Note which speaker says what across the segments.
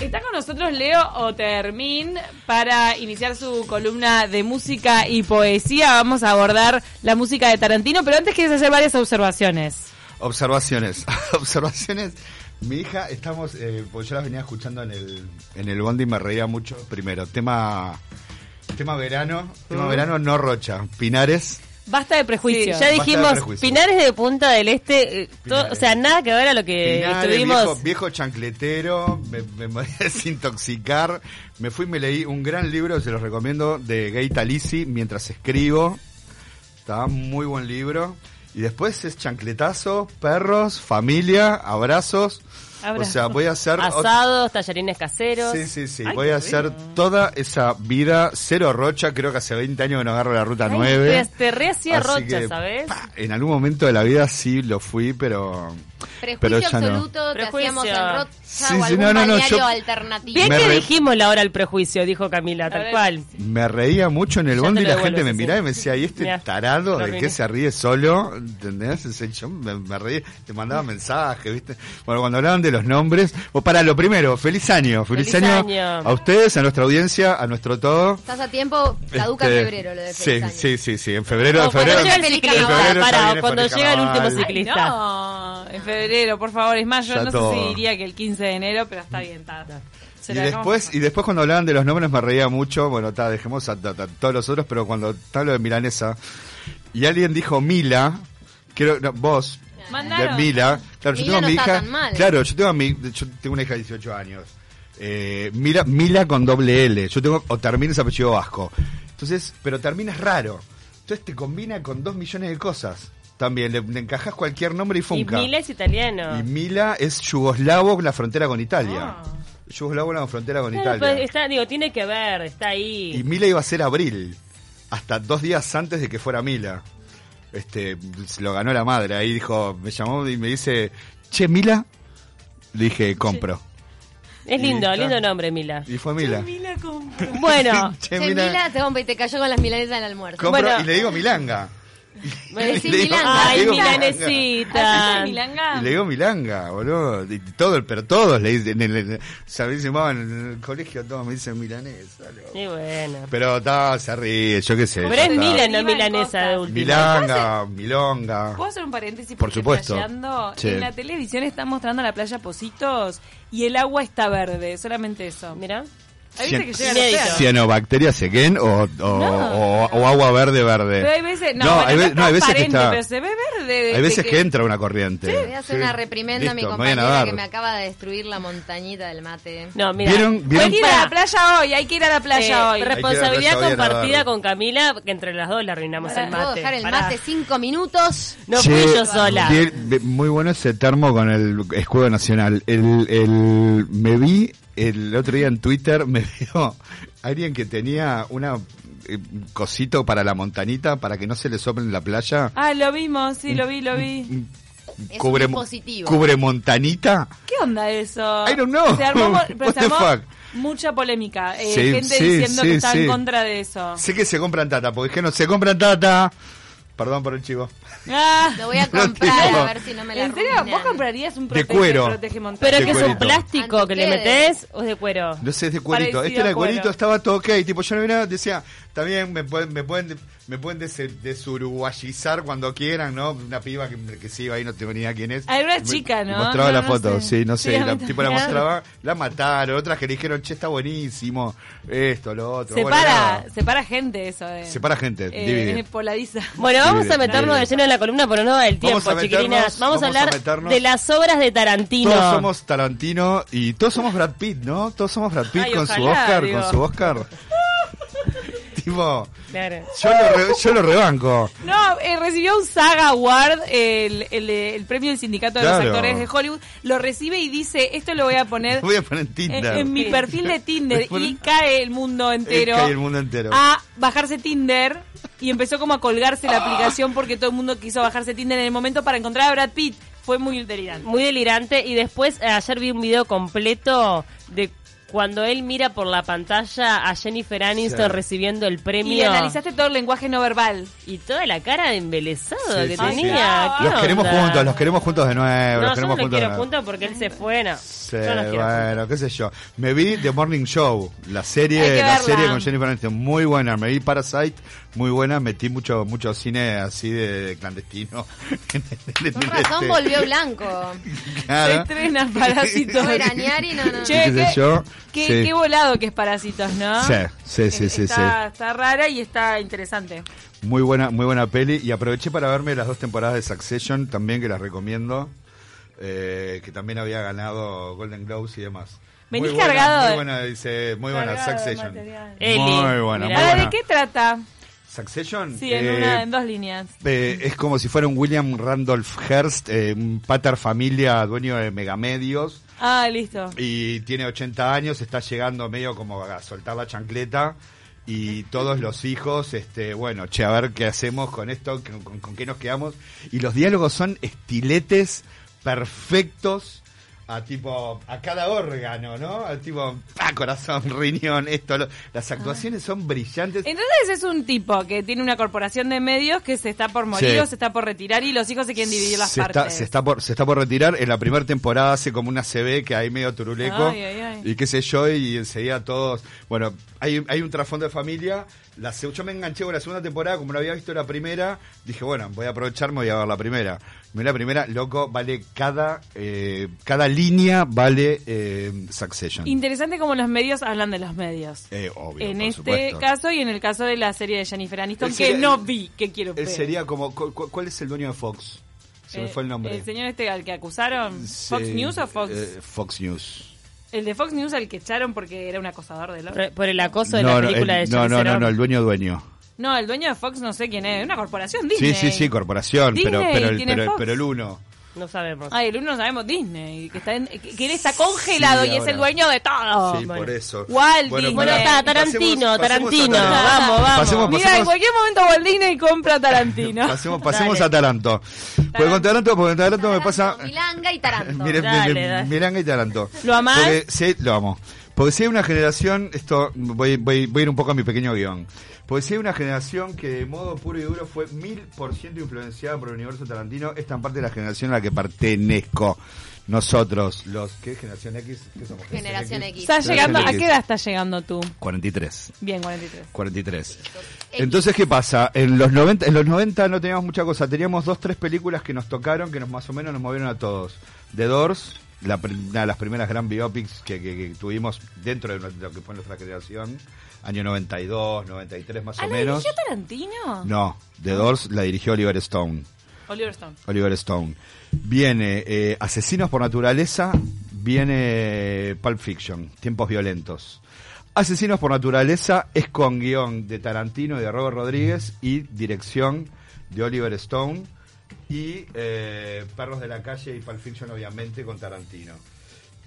Speaker 1: Está con nosotros Leo Otermin para iniciar su columna de música y poesía. Vamos a abordar la música de Tarantino, pero antes quieres hacer varias observaciones.
Speaker 2: Observaciones. Observaciones. Mi hija, estamos, eh, porque yo las venía escuchando en el, en el bondi y me reía mucho. Primero, tema, tema verano, tema verano no rocha, Pinares.
Speaker 1: Basta de prejuicios.
Speaker 3: ya dijimos,
Speaker 2: prejuicios.
Speaker 3: Pinares de Punta del Este, eh, to-
Speaker 2: Pinares.
Speaker 3: o sea, nada que ver a lo que
Speaker 2: Pinares,
Speaker 3: Eh, estuvimos.
Speaker 2: viejo, viejo chancletero, me, me voy a desintoxicar. Me fui y me leí un gran libro, se los recomiendo, de Gay Talisi, Mientras escribo. Está muy buen libro. Y después es chancletazo, perros, familia, abrazos.
Speaker 1: Abrazos.
Speaker 2: O sea, voy a hacer... ot-
Speaker 3: Asados, tallarines caseros.
Speaker 2: Sí, sí, sí.
Speaker 1: Ay,
Speaker 2: voy
Speaker 1: qué
Speaker 2: a hacer
Speaker 1: rico.
Speaker 2: toda esa vida cero rocha. Creo que hace 20 años que no agarro la ruta
Speaker 3: Ay,
Speaker 2: 9.
Speaker 3: te- te re hacía
Speaker 2: Así
Speaker 3: rocha,
Speaker 2: que,
Speaker 3: ¿sabes?
Speaker 2: pa, En algún momento de la vida sí lo fui, pero...
Speaker 4: Prejuicio
Speaker 2: Pero ya no.
Speaker 4: absoluto, te
Speaker 3: Prejuicio.
Speaker 4: hacíamos en Rocha
Speaker 2: Sí,
Speaker 4: o
Speaker 2: sí,
Speaker 4: algún
Speaker 2: no, no, no,
Speaker 4: balneario
Speaker 2: yo-
Speaker 4: alternativo.
Speaker 3: Bien
Speaker 2: Me
Speaker 3: que
Speaker 2: re-
Speaker 3: dijimos la hora del prejuicio, dijo Camila,
Speaker 1: La
Speaker 3: tal
Speaker 1: hora
Speaker 3: cual.
Speaker 2: Me reía mucho en el
Speaker 3: Ya
Speaker 2: bondi
Speaker 3: te
Speaker 2: y
Speaker 3: lo
Speaker 2: la
Speaker 3: devuelves
Speaker 2: gente me
Speaker 3: así.
Speaker 2: miraba y me decía, ¿y este
Speaker 3: Mirá, lo
Speaker 2: tarado de
Speaker 3: arruiné.
Speaker 2: qué se ríe solo? ¿Entendés? Ese- Yo me, me reía, te mandaba mensajes, ¿viste? Bueno, cuando hablaban de los nombres, o para lo primero, feliz año, feliz,
Speaker 3: Feliz
Speaker 2: año,
Speaker 3: año.
Speaker 2: a ustedes, a nuestra audiencia, a nuestro todo.
Speaker 4: Estás a tiempo, caduca en
Speaker 2: Este,
Speaker 4: febrero lo de
Speaker 2: sí,
Speaker 4: feliz año.
Speaker 2: sí, sí, sí, en febrero,
Speaker 3: O
Speaker 2: en
Speaker 3: cuando
Speaker 2: febrero.
Speaker 3: llega el
Speaker 4: Feliz
Speaker 3: ciclista,
Speaker 2: carnaval.
Speaker 3: pará, o
Speaker 2: Feliz
Speaker 3: cuando llega el último
Speaker 2: carnaval.
Speaker 1: Ay,
Speaker 3: ciclista.
Speaker 1: no, en febrero, por favor. Es más, yo
Speaker 2: Ya
Speaker 1: no
Speaker 2: todo.
Speaker 1: sé si diría que el 15 de enero, pero está bien, está. Se
Speaker 2: Y
Speaker 1: la dejamos
Speaker 2: después, y después cuando hablaban de los nombres me reía mucho, bueno, ta, dejemos a, a- a todos los otros, pero cuando está lo de Milanesa, y alguien dijo Mila, creo, no, vos, de
Speaker 1: Mandaron.
Speaker 2: Mila, claro, yo
Speaker 4: Mila
Speaker 2: tengo
Speaker 4: no
Speaker 2: a mi
Speaker 4: está
Speaker 2: hija,
Speaker 4: tan mal.
Speaker 2: claro, yo tengo a mi, yo tengo una hija de 18 años, eh, Mila, Mila con doble L, yo tengo, o termina es apellido vasco, entonces, pero termina es raro, entonces te combina con dos millones de cosas, también, le, le encajas cualquier nombre y
Speaker 3: Y
Speaker 2: funca.
Speaker 3: Mila es italiano.
Speaker 2: Y Mila es yugoslavo, la frontera con Italia.
Speaker 1: Ah.
Speaker 2: Yugoslavo, la frontera con
Speaker 3: Claro,
Speaker 2: Italia.
Speaker 3: pues, está, digo, tiene que ver, está ahí.
Speaker 2: Y Mila iba a ser abril, hasta dos días antes de que fuera Mila. Este, se lo ganó la madre, ahí dijo, me llamó y me dice, che, Mila. Le dije, compro.
Speaker 3: es lindo,
Speaker 2: y-
Speaker 3: lindo nombre, Mila.
Speaker 2: Y fue Mila.
Speaker 3: Bueno,
Speaker 2: Eh,
Speaker 4: Che, Mila, te bomba y te cayó con las milanesas del almuerzo.
Speaker 2: compro
Speaker 3: bueno.
Speaker 2: y le digo Milanga.
Speaker 3: Bueno,
Speaker 4: sí,
Speaker 2: Le digo-
Speaker 4: Milanga.
Speaker 2: le
Speaker 3: ay,
Speaker 2: digo Ah,
Speaker 1: Ah,
Speaker 3: milanecita.
Speaker 1: ¿sí, Milanga?
Speaker 2: Y le digo Milanga, boludo. Y todo, pero todos le dicen, en el, en el- ¿sabés? en el colegio todos me dicen milanesa. loco.
Speaker 3: Y bueno.
Speaker 2: Pero está, se ríe, yo qué sé.
Speaker 3: Pero
Speaker 2: ya
Speaker 3: es
Speaker 2: está.
Speaker 3: Mila, no
Speaker 1: Iban
Speaker 3: milanesa
Speaker 1: cosas.
Speaker 3: de última.
Speaker 2: Milanga, Milonga.
Speaker 1: ¿Puedo hacer un paréntesis?
Speaker 2: Por
Speaker 1: Porque
Speaker 2: supuesto.
Speaker 1: flasheando,
Speaker 2: Sí.
Speaker 1: En la televisión están mostrando la playa Positos y el agua está verde, solamente eso.
Speaker 3: Mira.
Speaker 1: Hay veces que
Speaker 2: Cien-
Speaker 1: llega al
Speaker 3: Inédito.
Speaker 1: océano.
Speaker 2: ¿Cianobacteria sequen o, o, o- o agua verde verde?
Speaker 1: Pero hay veces, no, bueno,
Speaker 2: hay, ve-
Speaker 1: es
Speaker 2: no, hay veces que
Speaker 1: transparente,
Speaker 2: está-
Speaker 1: pero se ve verde.
Speaker 2: hay
Speaker 1: desde
Speaker 2: veces que... entra una corriente.
Speaker 4: Voy a hacer una reprimenda a mi
Speaker 2: Listo, me voy a
Speaker 4: compañera
Speaker 2: nadar.
Speaker 4: que me acaba de destruir la montañita del mate.
Speaker 3: No, mira.
Speaker 2: ¿Vieron?
Speaker 1: Hay
Speaker 2: ¿Vieron?
Speaker 1: que ir a la playa hoy, hay que ir a la playa
Speaker 3: Eh,
Speaker 1: hoy.
Speaker 3: responsabilidad
Speaker 2: Hay que ir a la playa hoy a
Speaker 3: compartida
Speaker 2: nadar.
Speaker 3: con Camila, que entre las dos le arruinamos
Speaker 4: Pará,
Speaker 3: el
Speaker 4: ¿Puedo
Speaker 3: mate.
Speaker 4: dejar el
Speaker 3: Pará.
Speaker 4: mate cinco minutos?
Speaker 3: No
Speaker 2: Che,
Speaker 3: fui yo sola.
Speaker 2: vi- vi- muy bueno ese termo con el escudo nacional. El, el- me vi el otro día en Twitter, me vio alguien que tenía una eh, cosito para la montañita para que no se le sople en la playa.
Speaker 1: Ah, lo vimos, sí, lo vi, lo vi.
Speaker 4: Es un
Speaker 2: cubre,
Speaker 4: dispositivo.
Speaker 2: cubre montanita.
Speaker 1: ¿Qué onda eso?
Speaker 2: I don't know.
Speaker 1: Se armó, mo- pero
Speaker 2: What
Speaker 1: se
Speaker 2: the
Speaker 1: armó
Speaker 2: fuck?
Speaker 1: mucha polémica. eh,
Speaker 2: Sí,
Speaker 1: gente
Speaker 2: sí,
Speaker 1: diciendo
Speaker 2: sí,
Speaker 1: que está en
Speaker 2: sí.
Speaker 1: contra de eso.
Speaker 2: Sé que se compran tata, porque dijeron, se compran tata. Perdón por el chivo.
Speaker 1: Ah,
Speaker 4: Lo voy a
Speaker 2: No,
Speaker 4: comprar
Speaker 2: tipo-
Speaker 4: a ver si no me la
Speaker 1: ¿En serio?
Speaker 4: arruinan.
Speaker 1: ¿Vos comprarías un
Speaker 2: De
Speaker 1: protege,
Speaker 2: cuero.
Speaker 1: protege montaña?
Speaker 3: Pero
Speaker 2: De
Speaker 3: que es un
Speaker 2: cuerito.
Speaker 3: plástico que le
Speaker 4: Antiustedes.
Speaker 3: metés o es de cuero.
Speaker 2: No sé, es de cuerito.
Speaker 1: Parecido
Speaker 2: este era
Speaker 1: a
Speaker 2: de
Speaker 1: cuero.
Speaker 2: cuerito, estaba todo ok. Tipo, yo no era, decía, también me pueden, me pueden, me pueden des- desuruguayizar cuando quieran, ¿no? Una piba que, que se iba ahí, no tengo ni idea quién es.
Speaker 1: Era una
Speaker 2: Me-
Speaker 1: chica,
Speaker 2: me
Speaker 1: ¿no?
Speaker 2: Mostraba
Speaker 1: No,
Speaker 2: la
Speaker 1: no
Speaker 2: foto,
Speaker 1: sé.
Speaker 2: sí, no sé.
Speaker 1: Sí, a mí
Speaker 2: la
Speaker 1: también.
Speaker 2: tipo la mostraba, la mataron. Otras que le dijeron, che, está buenísimo. Esto, lo otro.
Speaker 1: separa,
Speaker 2: Bueno, nada.
Speaker 1: separa gente eso. De,
Speaker 2: Separa gente,
Speaker 1: eh,
Speaker 2: divide.
Speaker 1: Polariza.
Speaker 3: Bueno,
Speaker 2: Sí,
Speaker 3: vamos a
Speaker 2: bien,
Speaker 3: meternos
Speaker 2: bien.
Speaker 3: de lleno en la columna por no nos da el tiempo,
Speaker 2: Vamos a meternos,
Speaker 3: chiquilinas. Vamos, a
Speaker 2: vamos a
Speaker 3: hablar
Speaker 2: meternos.
Speaker 3: de las obras de Tarantino.
Speaker 2: Todos somos Tarantino y todos somos Brad Pitt, ¿no? Todos somos Brad Pitt
Speaker 1: Ay,
Speaker 2: con su
Speaker 1: ojalá,
Speaker 2: Oscar,
Speaker 1: digo.
Speaker 2: con su Oscar. tipo,
Speaker 3: Claro.
Speaker 2: yo lo, re- yo lo rebanco.
Speaker 1: No, eh, recibió un Saga Award, el, el, el premio del Sindicato de los
Speaker 2: Claro.
Speaker 1: Actores de Hollywood. Lo recibe y dice, esto lo voy a
Speaker 3: Eh,
Speaker 1: poner
Speaker 2: Lo voy a poner en
Speaker 1: en,
Speaker 2: Tinder.
Speaker 1: en mi perfil de Tinder.
Speaker 2: Voy a
Speaker 1: y
Speaker 2: poner-
Speaker 1: cae el mundo entero.
Speaker 2: Eh, cae el mundo entero.
Speaker 3: Ah,
Speaker 1: A bajarse Tinder y empezó como a colgarse la aplicación porque todo el mundo quiso bajarse Tinder en el momento para encontrar a Brad Pitt. Fue muy delirante.
Speaker 3: Muy delirante. Y después, eh, ayer vi un video completo de cuando él mira por la pantalla a Jennifer Aniston
Speaker 2: Sí.
Speaker 3: recibiendo el premio
Speaker 1: Y analizaste todo el lenguaje no verbal.
Speaker 3: y toda la cara de embelesado
Speaker 2: Sí,
Speaker 3: que
Speaker 2: sí, sí.
Speaker 3: tenía. ¿Qué
Speaker 2: Los queremos
Speaker 3: onda?
Speaker 2: juntos, los queremos juntos de nuevo.
Speaker 3: No,
Speaker 2: los
Speaker 3: yo no
Speaker 2: queremos
Speaker 3: los
Speaker 2: juntos de
Speaker 3: quiero
Speaker 2: nuevo.
Speaker 3: juntos porque él se fue, no.
Speaker 2: Sí,
Speaker 3: yo los quiero juntos.
Speaker 2: bueno, qué sé yo. Me vi The Morning Show, la
Speaker 1: Hay que
Speaker 2: serie, la
Speaker 1: verla.
Speaker 2: serie con Jennifer Aniston, muy buena. Me vi Parasite, muy buena. Metí mucho, mucho cine así de, de clandestino. en el- en
Speaker 4: Con
Speaker 2: el
Speaker 4: razón
Speaker 2: este.
Speaker 4: volvió blanco.
Speaker 1: Se
Speaker 3: este,
Speaker 2: Claro.
Speaker 1: estrena Parásitos.
Speaker 2: este.
Speaker 4: No era Ñari, no, no.
Speaker 1: Che,
Speaker 2: ¿Qué sé
Speaker 1: qué,
Speaker 2: yo?
Speaker 1: qué-
Speaker 2: Sí.
Speaker 1: qué volado que es Parásitos, ¿no?
Speaker 2: Sí, sí, sí, sí,
Speaker 1: Ah, está, está rara y está interesante.
Speaker 2: sí. Muy buena, muy buena peli. Y aproveché para verme las dos temporadas de Succession, también que las recomiendo. eh, que también había ganado Golden Globes y demás. Muy
Speaker 1: Venís
Speaker 2: buena,
Speaker 1: cargado de-
Speaker 2: Muy buena, dice, muy buena,
Speaker 1: cargado de
Speaker 2: Succession.
Speaker 1: material.
Speaker 3: Eli,
Speaker 2: muy buena, muy
Speaker 3: mirá.
Speaker 1: Ahora,
Speaker 2: buena.
Speaker 1: ¿de qué trata?
Speaker 2: Succession.
Speaker 1: Sí, en,
Speaker 2: eh,
Speaker 1: una, en dos líneas.
Speaker 2: Eh, es como si fuera un William Randolph Hearst, eh, un pater familia, dueño de megamedios,
Speaker 1: Ah, listo.
Speaker 2: y tiene 80 años, está llegando medio como a soltar la chancleta, y todos los hijos, este, bueno, che, a ver qué hacemos con esto, con, con- con qué nos quedamos, y los diálogos son estiletes perfectos a tipo a cada órgano, ¿no? A tipo, ah, corazón, riñón, esto, lo- las actuaciones son brillantes.
Speaker 1: Entonces es un tipo que tiene una corporación de medios que se está por morir
Speaker 2: Sí.
Speaker 1: o se está por retirar y los hijos se quieren dividir las
Speaker 2: se
Speaker 1: partes.
Speaker 2: Está, se, está por, se está por retirar. En la primera temporada hace como una CB que hay medio turuleco.
Speaker 1: Ay, ay, ay.
Speaker 2: Y qué sé yo, y enseguida todos. Bueno, hay, hay un trasfondo de familia. La, se- yo me enganché con la segunda temporada, como no había visto la primera. Dije, bueno, voy a aprovecharme, voy a ver la primera. Miré la primera, loco, vale cada, eh, cada línea, vale eh, Succession.
Speaker 1: Interesante como los medios hablan de los medios.
Speaker 2: Eh, obvio,
Speaker 1: en
Speaker 2: por
Speaker 1: este
Speaker 2: supuesto.
Speaker 1: caso y en el caso de la serie de Jennifer Aniston,
Speaker 2: Él
Speaker 1: que
Speaker 2: sería-
Speaker 1: no vi, que quiero ver.
Speaker 2: Él sería como. cu- cu- ¿Cuál es el dueño de Fox? Se me
Speaker 1: Eh,
Speaker 2: fue el nombre.
Speaker 1: El señor este al que acusaron. ¿Fox
Speaker 2: Sí,
Speaker 1: News o Fox?
Speaker 2: eh, Fox News.
Speaker 1: el de Fox News al que echaron porque era un acosador del otro.
Speaker 3: Por, por el acoso de la película
Speaker 2: el-
Speaker 3: de
Speaker 2: no,
Speaker 3: Charlize
Speaker 2: no, no,
Speaker 3: Theron.
Speaker 2: no, el dueño dueño.
Speaker 1: No, el dueño de Fox no sé quién es. Una corporación Disney.
Speaker 2: Sí, sí, sí, corporación, pero,
Speaker 1: Disney
Speaker 2: pero, el,
Speaker 1: tiene
Speaker 2: pero, el-
Speaker 1: Fox.
Speaker 2: pero el uno.
Speaker 3: No sabemos.
Speaker 1: Ay, Ah, el uno no sabemos Disney. Que, está en- que- que él está congelado
Speaker 2: Sí,
Speaker 1: y es
Speaker 2: ahora.
Speaker 1: el dueño de todo.
Speaker 2: sí,
Speaker 3: Oh, bueno.
Speaker 2: por eso.
Speaker 1: Walt Disney.
Speaker 3: Bueno,
Speaker 2: pará,
Speaker 3: está, Tarantino,
Speaker 2: pasemos- pasemos a
Speaker 3: Tarantino.
Speaker 2: Taran-
Speaker 3: Vamos, vamos.
Speaker 2: Pasemos,
Speaker 1: Mira, en
Speaker 2: pasemos,
Speaker 1: cualquier momento Walt Disney compra a Tarantino.
Speaker 2: pasemos, pasemos a Taranto. Porque con Taranto, porque con Taranto me pasa...
Speaker 4: Milanga y Taranto.
Speaker 2: Mire,
Speaker 3: Dale,
Speaker 2: mire,
Speaker 3: dale.
Speaker 2: Miranga y Taranto.
Speaker 1: ¿Lo amás?
Speaker 2: Porque, sí, lo amo. Porque si hay una generación, esto voy, voy, voy a ir un poco a mi pequeño guión. Porque si hay una generación que de modo puro y duro fue mil por ciento influenciada por el universo tarantino, esta en parte de la generación a la que pertenezco. Nosotros, los. ¿Qué generación X? ¿Qué somos?
Speaker 4: Generación X.
Speaker 1: Está llegando, ¿A
Speaker 2: Generación
Speaker 1: qué
Speaker 2: X.
Speaker 1: edad estás llegando tú?
Speaker 2: 43.
Speaker 1: Bien, 43.
Speaker 2: 43.
Speaker 1: Eh,
Speaker 2: Entonces, ¿qué pasa? En los 90, en los 90 no teníamos mucha cosa. Teníamos dos, tres películas que nos tocaron, que nos más o menos nos movieron a todos. The Doors, la, prim- una de las primeras gran biopics que, que- que tuvimos dentro de lo que fue nuestra generación. Año 92, 93 más
Speaker 1: ¿Ah,
Speaker 2: o
Speaker 1: la
Speaker 2: menos.
Speaker 1: dirigió Tarantino? Ah.
Speaker 2: No, The Doors la dirigió Oliver Stone.
Speaker 1: Oliver Stone.
Speaker 2: Oliver Stone. Viene eh, Asesinos por Naturaleza, viene eh, Pulp Fiction, Tiempos Violentos. Asesinos por Naturaleza es con guión de Tarantino y de Robert Rodríguez y dirección de Oliver Stone. Y eh, Perros de la Calle y Pulp Fiction, obviamente, con Tarantino.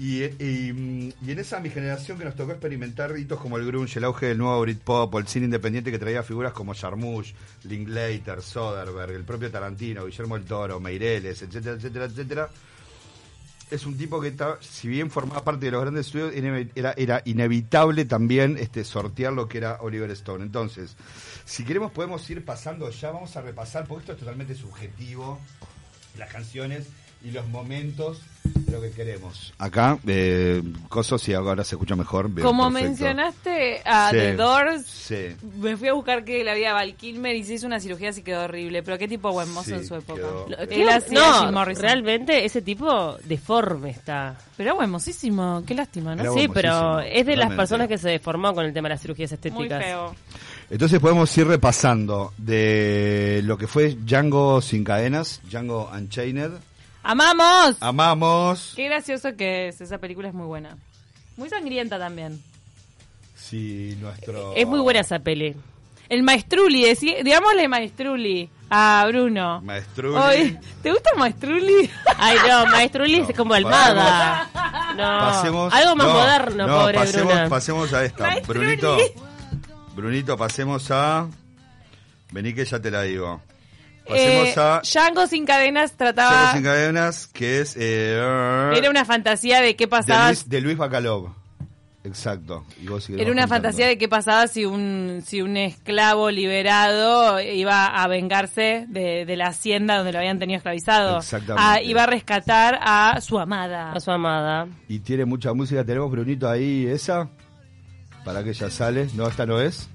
Speaker 2: Y, y, mm, y en esa mi generación que nos tocó experimentar ritos como el grunge, el auge del nuevo Britpop, o el cine independiente que traía figuras como Jarmusch, Linklater, Soderbergh, el propio Tarantino, Guillermo el Toro, Meireles, etcétera, etcétera, etcétera. Es un tipo que, ta- si bien formaba parte de los grandes estudios, ine- era, era inevitable también este, sortear lo que era Oliver Stone. Entonces, si queremos podemos ir pasando ya, vamos a repasar, porque esto es totalmente subjetivo las canciones y los momentos de lo que queremos. Acá, eh, cosas y ahora se escucha mejor. veo
Speaker 1: Como
Speaker 2: perfecto.
Speaker 1: mencionaste a
Speaker 2: Sí,
Speaker 1: The Doors,
Speaker 2: Sí.
Speaker 1: me fui a buscar que la vida de Val Kilmer y se hizo una cirugía así quedó horrible. Pero qué tipo buen mozo
Speaker 2: Sí,
Speaker 1: en su época.
Speaker 2: quedó-
Speaker 1: Lo-
Speaker 2: Eh,
Speaker 1: Él hacía a Jim
Speaker 3: no,
Speaker 1: Morrison.
Speaker 3: realmente ese tipo deforme está.
Speaker 1: Pero buen mozísimo. Qué lástima,
Speaker 2: Era
Speaker 1: ¿no?
Speaker 3: sí,
Speaker 2: famosísimo,
Speaker 3: pero es de las
Speaker 2: realmente.
Speaker 3: personas que se deformó con el tema de las cirugías
Speaker 1: Muy
Speaker 3: estéticas.
Speaker 1: feo.
Speaker 2: Entonces podemos ir repasando de lo que fue Django sin cadenas, Django Unchained.
Speaker 1: ¡Amamos!
Speaker 2: Amamos.
Speaker 1: Qué gracioso que es. Esa película es muy buena. Muy sangrienta también.
Speaker 2: Sí, nuestro.
Speaker 3: Es muy buena esa peli.
Speaker 1: El maestruli, decí- digámosle maestruli a Bruno.
Speaker 2: Maestruli.
Speaker 1: Hoy- ¿Te gusta maestruli?
Speaker 3: Ay, no, Maestro Uli es
Speaker 2: No,
Speaker 3: como Almada. No,
Speaker 2: Pasemos.
Speaker 3: algo más
Speaker 2: no,
Speaker 3: moderno,
Speaker 2: no,
Speaker 3: pobre
Speaker 2: pasemos,
Speaker 3: Bruna.
Speaker 2: pasemos a esta.
Speaker 1: Maestruli.
Speaker 2: Brunito. Brunito, pasemos a. Vení que ya te la digo. Pasemos
Speaker 1: Eh,
Speaker 2: a.
Speaker 1: Django sin cadenas
Speaker 2: Cerro
Speaker 1: trataba...
Speaker 2: sin cadenas, que es. eh,
Speaker 1: Era una fantasía de qué
Speaker 2: de,
Speaker 1: pasaba
Speaker 2: Luis, de Luis Bacalov. Exacto. Y vos seguiremos
Speaker 1: Era una
Speaker 2: contando.
Speaker 1: fantasía de qué pasaba si un, si un esclavo liberado iba a vengarse de, de la hacienda donde lo habían tenido esclavizado.
Speaker 2: Exactamente.
Speaker 1: Ah, iba a rescatar a su amada.
Speaker 3: A su amada.
Speaker 2: Y tiene mucha música. Tenemos Brunito ahí, esa. Para que ya sale. No, esta no es.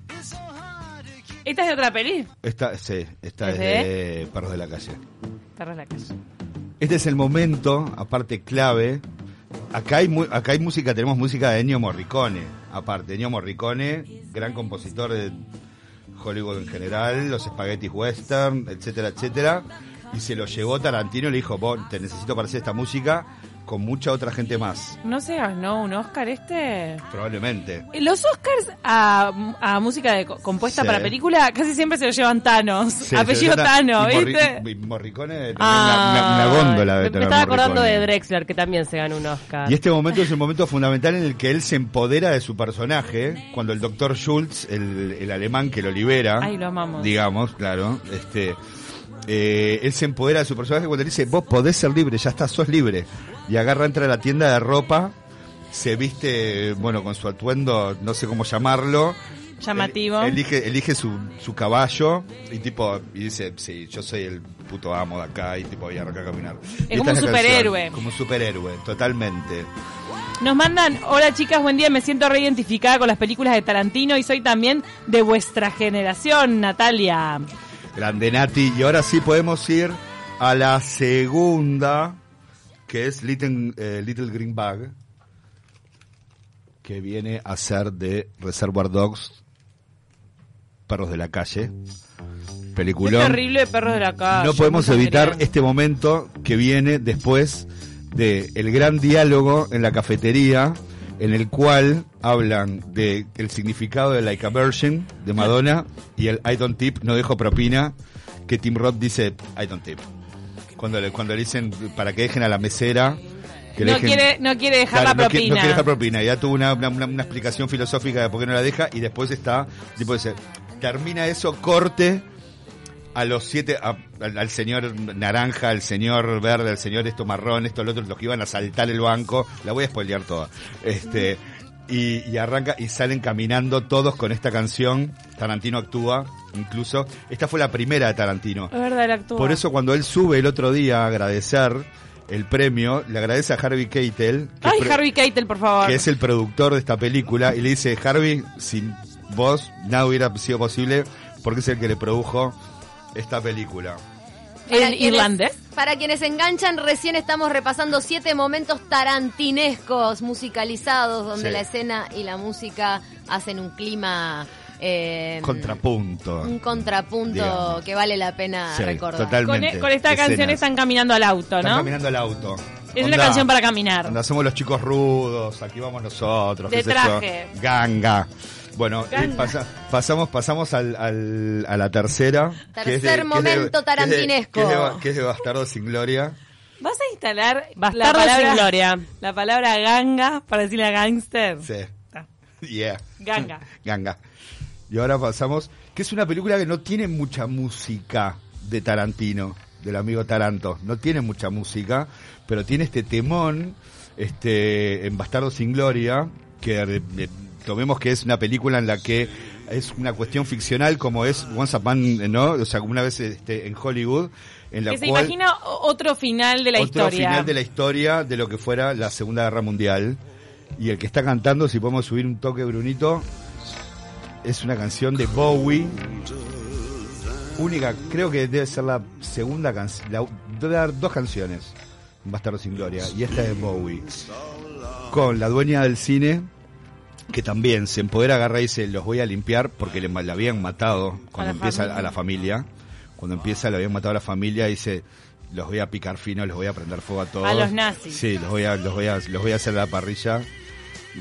Speaker 1: Esta es de otra peli.
Speaker 2: Esta, sí, esta es
Speaker 1: ¿Es
Speaker 2: de Perros de la Calle.
Speaker 1: Perros de la calle.
Speaker 2: Este es el momento, aparte clave. Acá hay, mu- acá hay música, tenemos música de Ennio Morricone. Aparte, Ennio Morricone, gran compositor de Hollywood en general, los espaguetis western, etcétera, etcétera. Y se lo llevó Tarantino y le dijo, vos te necesito para hacer esta música con mucha otra gente más.
Speaker 1: ¿No se ganó un Oscar este?
Speaker 2: Probablemente.
Speaker 1: Los Oscars a, a música de- compuesta
Speaker 2: Sí.
Speaker 1: para película casi siempre se lo llevan Thanos.
Speaker 2: Sí,
Speaker 1: Apellido
Speaker 2: se-
Speaker 1: Thanos,
Speaker 2: y Morri-
Speaker 1: ¿viste?
Speaker 2: y Morricone tenía
Speaker 3: Ah,
Speaker 2: una, una- una góndola de
Speaker 3: Me, me
Speaker 2: tener
Speaker 3: estaba acordando
Speaker 2: Morricone.
Speaker 3: de Drexler, que también se ganó un Oscar.
Speaker 2: Y este momento es un momento fundamental en el que él se empodera de su personaje, cuando el doctor Schultz, el, el alemán que lo libera,
Speaker 1: Ay, lo amamos.
Speaker 2: digamos, claro, este, eh, él se empodera de su personaje cuando le dice, vos podés ser libre, ya está, sos libre. Y agarra, entra a la tienda de ropa, se viste, bueno, con su atuendo, no sé cómo llamarlo.
Speaker 1: Llamativo.
Speaker 2: El- elige elige su, su caballo y tipo y dice, sí, yo soy el puto amo de acá y tipo, y arranca a caminar.
Speaker 1: como
Speaker 2: Y esta
Speaker 1: un
Speaker 2: la canción,
Speaker 1: superhéroe.
Speaker 2: Como un superhéroe, totalmente.
Speaker 1: Nos mandan, hola chicas, buen día, me siento reidentificada con las películas de Tarantino y soy también de vuestra generación, Natalia.
Speaker 2: Grande Nati. Y ahora sí podemos ir a la segunda, que es Little, eh, Little Green Bag, que viene a ser de Reservoir Dogs, Perros de la Calle.
Speaker 1: Qué
Speaker 2: Peliculón.
Speaker 1: horrible perros de la calle.
Speaker 2: No podemos
Speaker 1: muy
Speaker 2: evitar
Speaker 1: sangriento.
Speaker 2: este momento que viene después de el gran diálogo en la cafetería, en el cual hablan de el significado de Like a Virgin de Madonna y el I don't tip, no dejo propina, que Tim Roth dice I don't tip. Cuando le, cuando le dicen para que dejen a la mesera, que le
Speaker 1: No
Speaker 2: dejen-
Speaker 1: quiere, no quiere dejar
Speaker 2: Claro,
Speaker 1: la
Speaker 2: no quiere-
Speaker 1: propina.
Speaker 2: No quiere dejar propina. Ya tuvo una, una- una- una explicación filosófica de por qué no la deja y después está, tipo, dice, termina eso, corte a los siete, a- al, al señor naranja, al señor verde, al señor esto marrón, esto, lo otro, los que iban a saltar el banco. La voy a spoilear toda. Este, y, y arranca y salen caminando todos con esta canción. Tarantino actúa, incluso. Esta fue la primera de Tarantino.
Speaker 1: Es verdad, él actúa.
Speaker 2: Por eso cuando él sube el otro día a agradecer el premio, le agradece a Harvey Keitel, que,
Speaker 1: Ay,
Speaker 2: pre-
Speaker 1: Harvey Keitel, por favor.
Speaker 2: que es el productor de esta película, y le dice, Harvey, sin vos nada hubiera sido posible porque es el que le produjo esta película.
Speaker 4: Para
Speaker 1: ¿El
Speaker 4: quienes-
Speaker 1: irlandés?
Speaker 4: Para quienes se enganchan, recién estamos repasando siete momentos tarantinescos musicalizados donde
Speaker 2: Sí.
Speaker 4: la escena y la música hacen un clima. eh,
Speaker 2: Contrapunto.
Speaker 4: Un contrapunto
Speaker 2: Digamos.
Speaker 4: que vale la pena
Speaker 2: Sí,
Speaker 4: recordar.
Speaker 1: Con, e-,
Speaker 2: totalmente.
Speaker 1: con esta
Speaker 2: Escenas.
Speaker 1: canción están caminando al auto,
Speaker 2: Están
Speaker 1: ¿no?
Speaker 2: caminando al auto.
Speaker 1: Es una canción para caminar.
Speaker 2: Onda, somos los chicos rudos, aquí vamos nosotros.
Speaker 1: De
Speaker 2: qué sé yo.
Speaker 1: traje.
Speaker 2: Ganga. Bueno, eh,
Speaker 1: Ganga.
Speaker 2: pasa- pasamos, pasamos al, al- a la tercera. que es de-
Speaker 4: Tercer
Speaker 2: que es de-
Speaker 4: momento
Speaker 2: que es de-
Speaker 4: tarantinesco.
Speaker 2: Que es de, Bastardo sin Gloria.
Speaker 1: ¿Vas a instalar la
Speaker 3: Bastardo
Speaker 1: palabra,
Speaker 3: sin gloria.
Speaker 1: la palabra ganga para decirle a gangster?
Speaker 2: Sí.
Speaker 1: Ah.
Speaker 2: Yeah.
Speaker 1: Ganga.
Speaker 2: Ganga. Y ahora pasamos, que es una película que no tiene mucha música de Tarantino, del amigo Taranto. No tiene mucha música, pero tiene este temón este en Bastardo sin Gloria, que eh, eh, tomemos que es una película en la que es una cuestión ficcional como es Once Upon, eh, ¿no? O sea, como una vez este, en Hollywood, en la
Speaker 1: que se
Speaker 2: cual
Speaker 1: imagina o- otro final de la
Speaker 2: otro
Speaker 1: historia.
Speaker 2: final de la historia de lo que fuera la Segunda Guerra Mundial. Y el que está cantando, si podemos subir un toque, Brunito, es una canción de Bowie. Única, creo que debe ser la segunda canción. Debe dar dos canciones. Bastardo sin Gloria. Y esta es Bowie. Con la dueña del cine, que también se empodera, agarra y dice, los voy a limpiar porque le, la habían matado cuando
Speaker 1: la
Speaker 2: empieza
Speaker 1: familia.
Speaker 2: a la familia. Cuando empieza, le habían matado a la familia, dice, los voy a picar fino, los voy a prender fuego a todos.
Speaker 1: A los nazis.
Speaker 2: Sí, los voy a, los voy a, los voy a hacer la parrilla.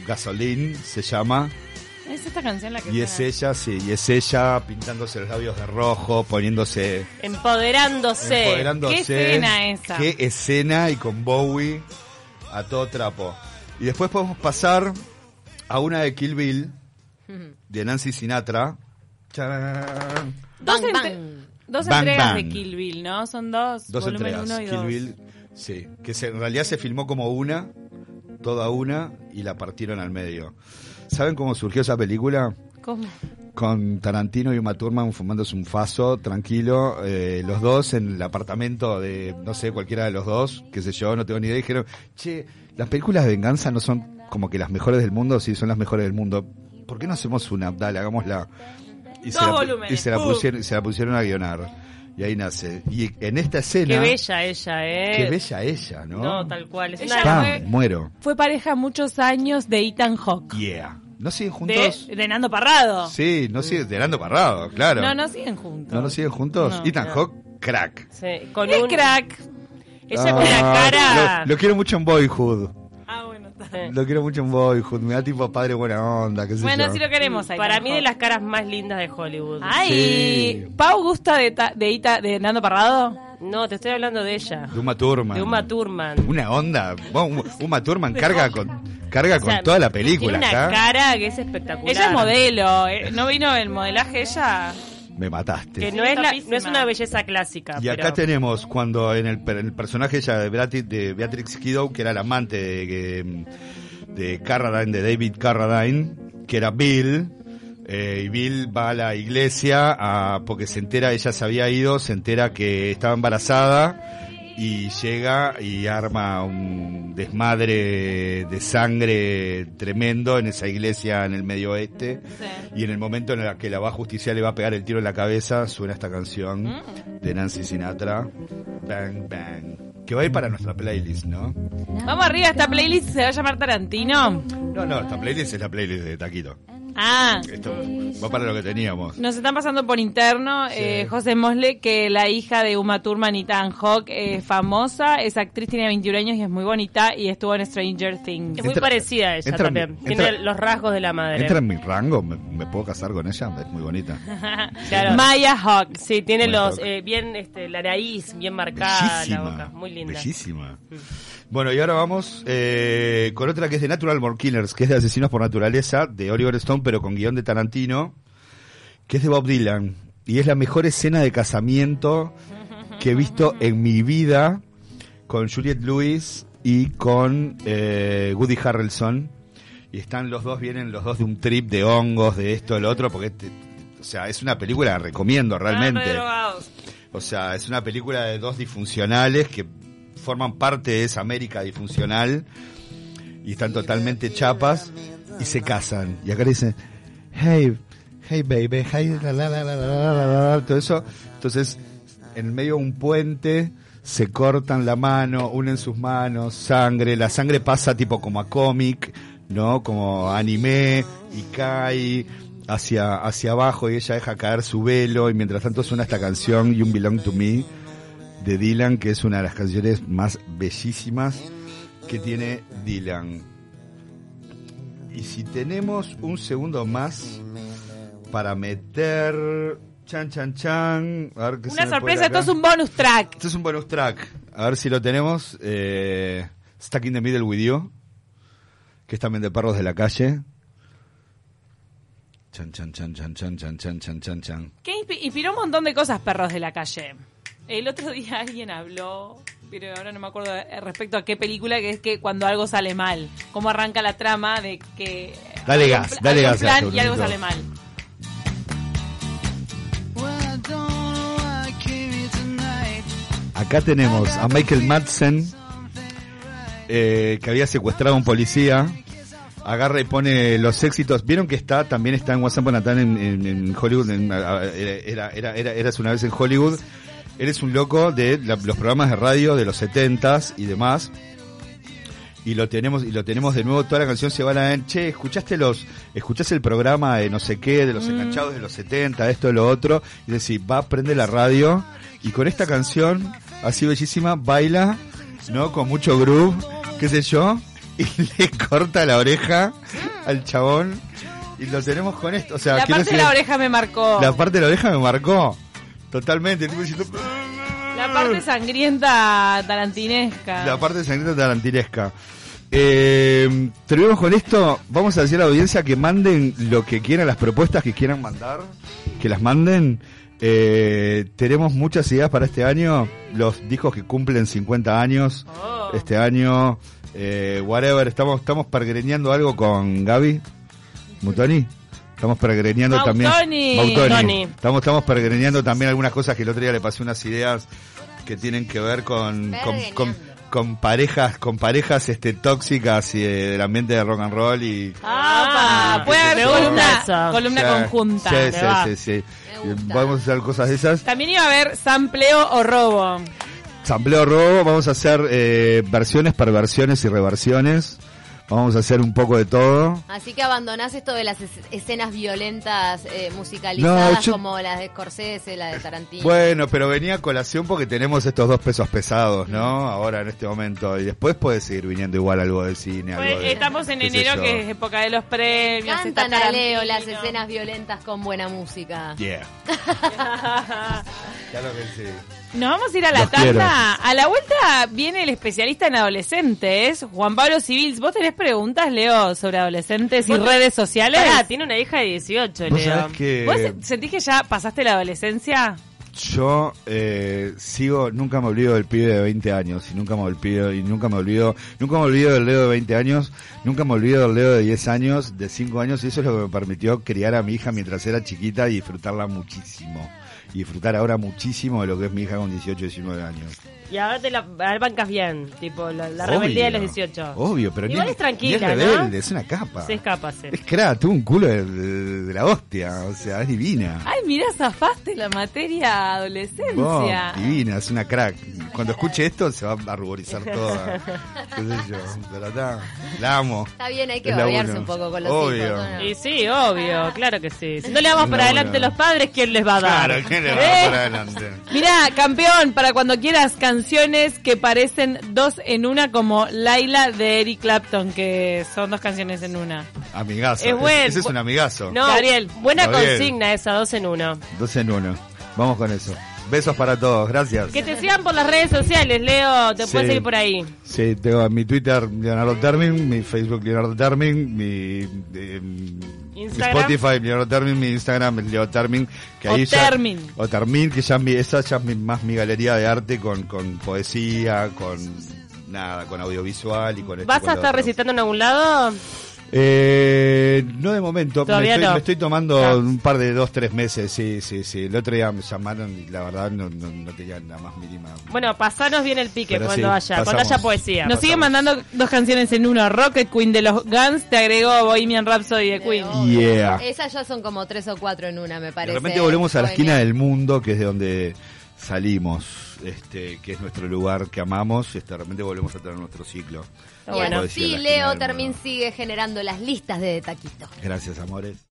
Speaker 2: Gasolín se llama.
Speaker 1: Es esta canción la que
Speaker 2: Y es
Speaker 1: suena.
Speaker 2: ella, sí, y es ella pintándose los labios de rojo, poniéndose,
Speaker 3: Empoderándose.
Speaker 2: empoderándose.
Speaker 1: ¿Qué escena esa?
Speaker 2: Qué escena y con Bowie a todo trapo. Y después podemos pasar a una de Kill Bill, de Nancy Sinatra. Charán.
Speaker 1: Dos,
Speaker 4: Bang,
Speaker 1: entre-
Speaker 4: bang.
Speaker 1: dos
Speaker 2: Bang,
Speaker 1: entregas
Speaker 2: bang.
Speaker 1: de Kill Bill, ¿no? Son dos,
Speaker 2: Dos
Speaker 1: volumen
Speaker 2: entregas.
Speaker 1: uno y
Speaker 2: Kill
Speaker 1: dos.
Speaker 2: Bill, sí, que se- en realidad se filmó como una, toda una y la partieron al medio. ¿Saben cómo surgió esa película?
Speaker 1: ¿Cómo?
Speaker 2: Con Tarantino y Uma Thurman fumándose un faso, tranquilo, eh, los dos en el apartamento de, no sé, cualquiera de los dos, qué sé yo, no tengo ni idea, dijeron, che, las películas de venganza no son como que las mejores del mundo, sí, son las mejores del mundo. ¿Por qué no hacemos una? Dale, hagámosla. Y,
Speaker 1: Dos
Speaker 2: se la,
Speaker 1: volúmenes, Uh.
Speaker 2: y se la
Speaker 1: ¡pum!
Speaker 2: pusieron, y se la pusieron a guionar. Y ahí nace. Y en esta escena...
Speaker 3: Qué bella ella, ¿eh?
Speaker 2: Qué bella ella, ¿no?
Speaker 3: No, tal cual. Es
Speaker 1: Ella
Speaker 3: una-
Speaker 1: la-
Speaker 2: Pam, muero.
Speaker 1: Fue pareja muchos años de Ethan Hawke.
Speaker 2: Yeah. ¿No siguen juntos?
Speaker 1: De, de Nando Parrado.
Speaker 2: Sí, no siguen, de Nando Parrado, claro.
Speaker 1: No, no siguen juntos.
Speaker 2: ¿No nos siguen juntos?
Speaker 1: No.
Speaker 2: Ethan Hawke, crack.
Speaker 3: sí, con
Speaker 1: Es
Speaker 3: un-
Speaker 1: crack.
Speaker 3: Ella con la
Speaker 2: Ah,
Speaker 3: cara.
Speaker 2: Lo, lo quiero mucho en Boyhood.
Speaker 1: Ah, bueno. está.
Speaker 3: Sí.
Speaker 2: Lo quiero mucho en Boyhood. Me da tipo padre buena onda, qué sé
Speaker 1: Bueno,
Speaker 2: yo.
Speaker 1: si lo queremos. a
Speaker 3: Para
Speaker 1: Ethan
Speaker 3: mí de
Speaker 1: Hawke.
Speaker 3: las caras más lindas de Hollywood.
Speaker 1: Ah. Ay,
Speaker 2: Sí.
Speaker 1: Pau gusta de, ta- de, Ita- de Nando Parrado.
Speaker 3: No, te estoy hablando de ella.
Speaker 2: De Uma Thurman.
Speaker 3: De Uma Thurman.
Speaker 2: Una onda. Bueno, Uma Thurman carga con, carga
Speaker 3: O sea,
Speaker 2: con toda la película
Speaker 3: Tiene una
Speaker 2: acá.
Speaker 3: cara que es espectacular.
Speaker 1: Ella es modelo. eh, ¿No vino el modelaje ella?
Speaker 2: Me mataste.
Speaker 3: Que no es, la-
Speaker 1: Guapísima.
Speaker 3: no es una belleza clásica.
Speaker 2: Y acá
Speaker 3: pero-
Speaker 2: tenemos cuando en el, per- el personaje ella de, Beati- de Beatrix Kiddo, que era el amante de, que- de Carradine, de David Carradine, que era Bill, eh, y Bill va a la iglesia a- porque se entera, ella se había ido, se entera que estaba embarazada y llega y arma un desmadre de sangre tremendo en esa iglesia en el medio oeste. Y en el momento en el que la va a justicia le va a pegar el tiro en la cabeza, suena esta canción de Nancy Sinatra, Bang Bang, que va a ir para nuestra playlist, ¿no?
Speaker 1: Vamos arriba, esta playlist se va a llamar Tarantino.
Speaker 2: No, no, esta playlist es la playlist de Taquito.
Speaker 1: Ah,
Speaker 2: Esto va para lo que teníamos.
Speaker 1: nos están pasando por interno eh, José Mosle que la hija de Uma Thurman y Tan Hawk es famosa, es actriz, tiene 21 años y es muy bonita y estuvo en Stranger Things.
Speaker 3: Es muy
Speaker 2: Entra-
Speaker 3: parecida a ella
Speaker 2: entra-
Speaker 3: también.
Speaker 2: entra-
Speaker 3: Tiene los rasgos de la madre.
Speaker 2: Entra en mi rango, ¿Me, me puedo casar con ella, es muy bonita.
Speaker 3: Claro.
Speaker 1: Maya Hawk.
Speaker 3: Sí, tiene
Speaker 2: Bueno,
Speaker 3: los. eh, bien, este, la nariz bien marcada, la boca. Muy linda.
Speaker 2: Bellísima. Bueno, y ahora vamos eh, con otra que es de Natural Born Killers, que es de Asesinos por Naturaleza, de Oliver Stone, pero con guión de Tarantino, que es de Bob Dylan. Y es la mejor escena de casamiento que he visto en mi vida con Juliette Lewis y con eh, Woody Harrelson. Y están los dos, vienen los dos de un trip de hongos, de esto, de lo otro, porque este- o sea, es una película que recomiendo realmente.
Speaker 3: Ah,
Speaker 2: O sea, es una película de dos disfuncionales que forman parte de esa América disfuncional y están totalmente chapas y se casan. Y acá le dicen, hey, hey baby, hey, la, la, la, la, la, la, la, la", todo eso. Entonces, en medio de un puente se cortan la mano, unen sus manos, sangre, la sangre pasa tipo como a cómic, ¿no? Como a anime y cae hacia hacia abajo y ella deja caer su velo y mientras tanto suena esta canción You Belong to Me de Dylan, que es una de las canciones más bellísimas que tiene Dylan. Y si tenemos un segundo más para meter chan chan chan, a ver qué se
Speaker 1: Una
Speaker 2: me
Speaker 1: sorpresa,
Speaker 2: puede
Speaker 1: esto
Speaker 2: acá.
Speaker 1: es un bonus track.
Speaker 2: Este es un bonus track. A ver si lo tenemos. Eh, Stuck in the Middle with You. Que es también de Perros de la Calle. Chan, chan, chan, chan, chan, chan, chan, chan, chan, chan.
Speaker 1: Que inspi- inspiró un montón de cosas perros de la calle. El otro día alguien habló, pero ahora no me acuerdo eh, respecto a qué película, que es que cuando algo sale mal, cómo arranca la trama de que...
Speaker 2: Dale
Speaker 1: hay un
Speaker 2: gas,
Speaker 1: pla-
Speaker 2: dale
Speaker 1: hay un
Speaker 2: gas,
Speaker 1: plan
Speaker 2: Arturo,
Speaker 1: y algo
Speaker 2: Nico.
Speaker 1: sale mal.
Speaker 2: Acá tenemos a Michael Madsen, eh, que había secuestrado a un policía. Agarra y pone los éxitos. Vieron que está, también está en WhatsApp Natán en, en- en Hollywood. en- a- a- era, era, era, eras una vez en Hollywood. Eres un loco de la- los programas de radio de los 70s y demás. Y lo tenemos, y lo tenemos de nuevo, toda la canción se va a la che, escuchaste los, escuchaste el programa de no sé qué, de los enganchados de los 70, de esto, de lo otro, y decís, va, prende la radio, y con esta canción, así bellísima, baila, ¿no? Con mucho groove, qué sé yo, y le corta la oreja al chabón, y lo tenemos con esto, o sea,
Speaker 1: La
Speaker 2: quiero
Speaker 1: parte de la
Speaker 2: decir-
Speaker 1: oreja me marcó.
Speaker 2: la parte de la oreja me marcó, totalmente, el tipo diciendo,
Speaker 1: La parte sangrienta tarantinesca.
Speaker 2: La parte sangrienta tarantinesca. Eh, terminamos con esto. Vamos a decir a la audiencia que manden lo que quieran, las propuestas que quieran mandar, que las manden. Eh, tenemos muchas ideas para este año. Los discos que cumplen 50 años. Este año Eh, whatever, estamos, estamos pergreñando algo con Gaby. ¿Mutoni? Estamos pergreñando
Speaker 1: Mautoni.
Speaker 2: también.
Speaker 3: Mautoni.
Speaker 2: Estamos, estamos pergreñando también algunas cosas que el otro día le pasé unas ideas que tienen que ver con, con, con-
Speaker 4: Pergreñando.
Speaker 2: con parejas, con parejas este tóxicas y eh, del ambiente de rock and roll y
Speaker 1: Ah,
Speaker 3: Ah,
Speaker 1: puede haber
Speaker 3: me gusta
Speaker 1: columna,
Speaker 3: eso.
Speaker 1: columna
Speaker 2: Sí,
Speaker 1: conjunta.
Speaker 2: Sí,
Speaker 1: Me
Speaker 2: sí,
Speaker 1: va.
Speaker 2: sí, sí.
Speaker 4: Me gusta.
Speaker 2: Vamos a hacer cosas de esas.
Speaker 1: También iba a haber sampleo o robo.
Speaker 2: Sampleo robo, vamos a hacer eh, versiones, perversiones y reversiones. Vamos a hacer un poco de todo.
Speaker 4: Así que abandonás esto de las es- escenas violentas eh, musicalizadas
Speaker 2: No, yo-
Speaker 4: como las de Scorsese, la de Tarantino.
Speaker 2: Bueno, pero venía a colación porque tenemos estos dos pesos pesados, ¿no? Ahora en este momento. Y después puede seguir viniendo igual algo de cine. Algo
Speaker 1: Pues,
Speaker 2: de,
Speaker 1: estamos en
Speaker 2: qué sé
Speaker 1: enero,
Speaker 2: yo.
Speaker 1: que es época de los premios. está
Speaker 4: Cantan a Leo las
Speaker 1: Tarantino.
Speaker 4: escenas violentas con buena música.
Speaker 2: Yeah. claro que sí.
Speaker 1: Nos vamos a ir a la
Speaker 2: Los
Speaker 1: tanda.
Speaker 2: quiero.
Speaker 1: A la vuelta viene el especialista en adolescentes, Juan Pablo Civils. ¿Vos tenés preguntas, Leo, sobre adolescentes y
Speaker 3: ¿Vos te-
Speaker 1: redes sociales?
Speaker 3: Pará, tiene una hija de 18,
Speaker 2: ¿Vos
Speaker 3: Leo.
Speaker 2: sabés que
Speaker 1: ¿Vos sentís que ya pasaste la adolescencia?
Speaker 2: Yo eh, sigo, nunca me olvido del pibe de 20 años, y nunca me olvido, y nunca me olvido, nunca me olvido del Leo de 20 años, nunca me olvido del Leo de 10 años, de 5 años, y eso es lo que me permitió criar a mi hija mientras era chiquita y disfrutarla muchísimo. Y disfrutar ahora muchísimo de lo que es mi hija con 18, 19 años.
Speaker 3: Y ahora te la ahora bancas bien, tipo, la, la rebeldía de los 18.
Speaker 2: Obvio, pero ni-
Speaker 3: Igual es
Speaker 2: ni es
Speaker 3: tranquila, ¿no?
Speaker 2: rebelde, es una capa.
Speaker 3: Se escapa, sí.
Speaker 2: Es cra, tuvo un culo de, de- de la hostia, o sea, es divina.
Speaker 1: Ay, mirá, zafaste la materia
Speaker 2: Vos,
Speaker 1: adolescencia.
Speaker 2: divina, es una crack. Cuando escuche esto se va a ruborizar toda. ¿Qué sé yo? Pero está, la amo.
Speaker 4: Está bien, hay que
Speaker 2: Es la
Speaker 4: babearse
Speaker 2: uno.
Speaker 4: un poco con los
Speaker 2: Obvio.
Speaker 4: hijos. ¿no?
Speaker 3: Y sí, obvio, claro que sí. Si no le damos
Speaker 2: No,
Speaker 3: para adelante
Speaker 2: no.
Speaker 3: los padres, ¿quién les va a dar?
Speaker 2: Claro, ¿qué le va
Speaker 1: ¿Eh?
Speaker 2: a por adelante?
Speaker 1: Mirá, campeón, para cuando quieras canciones que parecen dos en una, como Laila de Eric Clapton, que son dos canciones en una.
Speaker 2: Amigazo.
Speaker 3: Es buen-
Speaker 2: Ese es un amigazo.
Speaker 3: No,
Speaker 1: Gabriel.
Speaker 3: buena
Speaker 2: Gabriel.
Speaker 3: consigna esa, dos en uno.
Speaker 2: Dos en uno. Vamos con eso. Besos para todos. Gracias.
Speaker 3: Que te sigan por las redes sociales, Leo, te
Speaker 2: Sí.
Speaker 3: puedes seguir por ahí.
Speaker 2: Sí, tengo mi Twitter Leonardo Termin, mi Facebook Leonardo Termin, mi, eh, mi
Speaker 3: Instagram.
Speaker 2: Spotify Leonardo Termin, mi Instagram es Leo Termin, que
Speaker 1: O
Speaker 2: ahí ya-
Speaker 1: Termin.
Speaker 2: o Termin, que ya es mi, esa ya es mi- más mi galería de arte con, con poesía, con nada, con audiovisual y con esto y
Speaker 3: ¿Vas
Speaker 2: con
Speaker 3: a
Speaker 2: lo
Speaker 3: estar
Speaker 2: otro.
Speaker 3: recitando en algún lado?
Speaker 2: Eh, no de momento, me
Speaker 3: Todavía
Speaker 2: estoy,
Speaker 3: no.
Speaker 2: me estoy tomando
Speaker 3: Ah.
Speaker 2: un par de dos, tres meses, sí, sí, sí. El otro día me llamaron y la verdad no, no, no tenía la más mínima.
Speaker 3: Bueno, pasanos bien el pique
Speaker 2: Pero
Speaker 3: cuando
Speaker 2: sí,
Speaker 3: haya, cuando
Speaker 2: pasamos.
Speaker 3: haya
Speaker 1: Nos
Speaker 3: poesía.
Speaker 2: Pasamos.
Speaker 1: siguen mandando dos canciones en una. Rocket Queen de los Guns te agregó Bohemian Rhapsody de Queen.
Speaker 4: Obvio.
Speaker 2: Yeah.
Speaker 4: Esas ya son como tres o cuatro en una, me
Speaker 2: Y
Speaker 4: parece.
Speaker 2: De repente volvemos a la esquina
Speaker 4: Genial.
Speaker 2: del mundo, que es de donde salimos, este, que es nuestro lugar que amamos, este, de repente volvemos a tener nuestro ciclo.
Speaker 3: Está bueno.
Speaker 4: Y
Speaker 2: Puedo decir
Speaker 4: así
Speaker 2: la esquina
Speaker 4: Leo
Speaker 2: del
Speaker 4: Termin
Speaker 2: mundo.
Speaker 4: sigue generando las listas de taquito.
Speaker 2: Gracias, amores.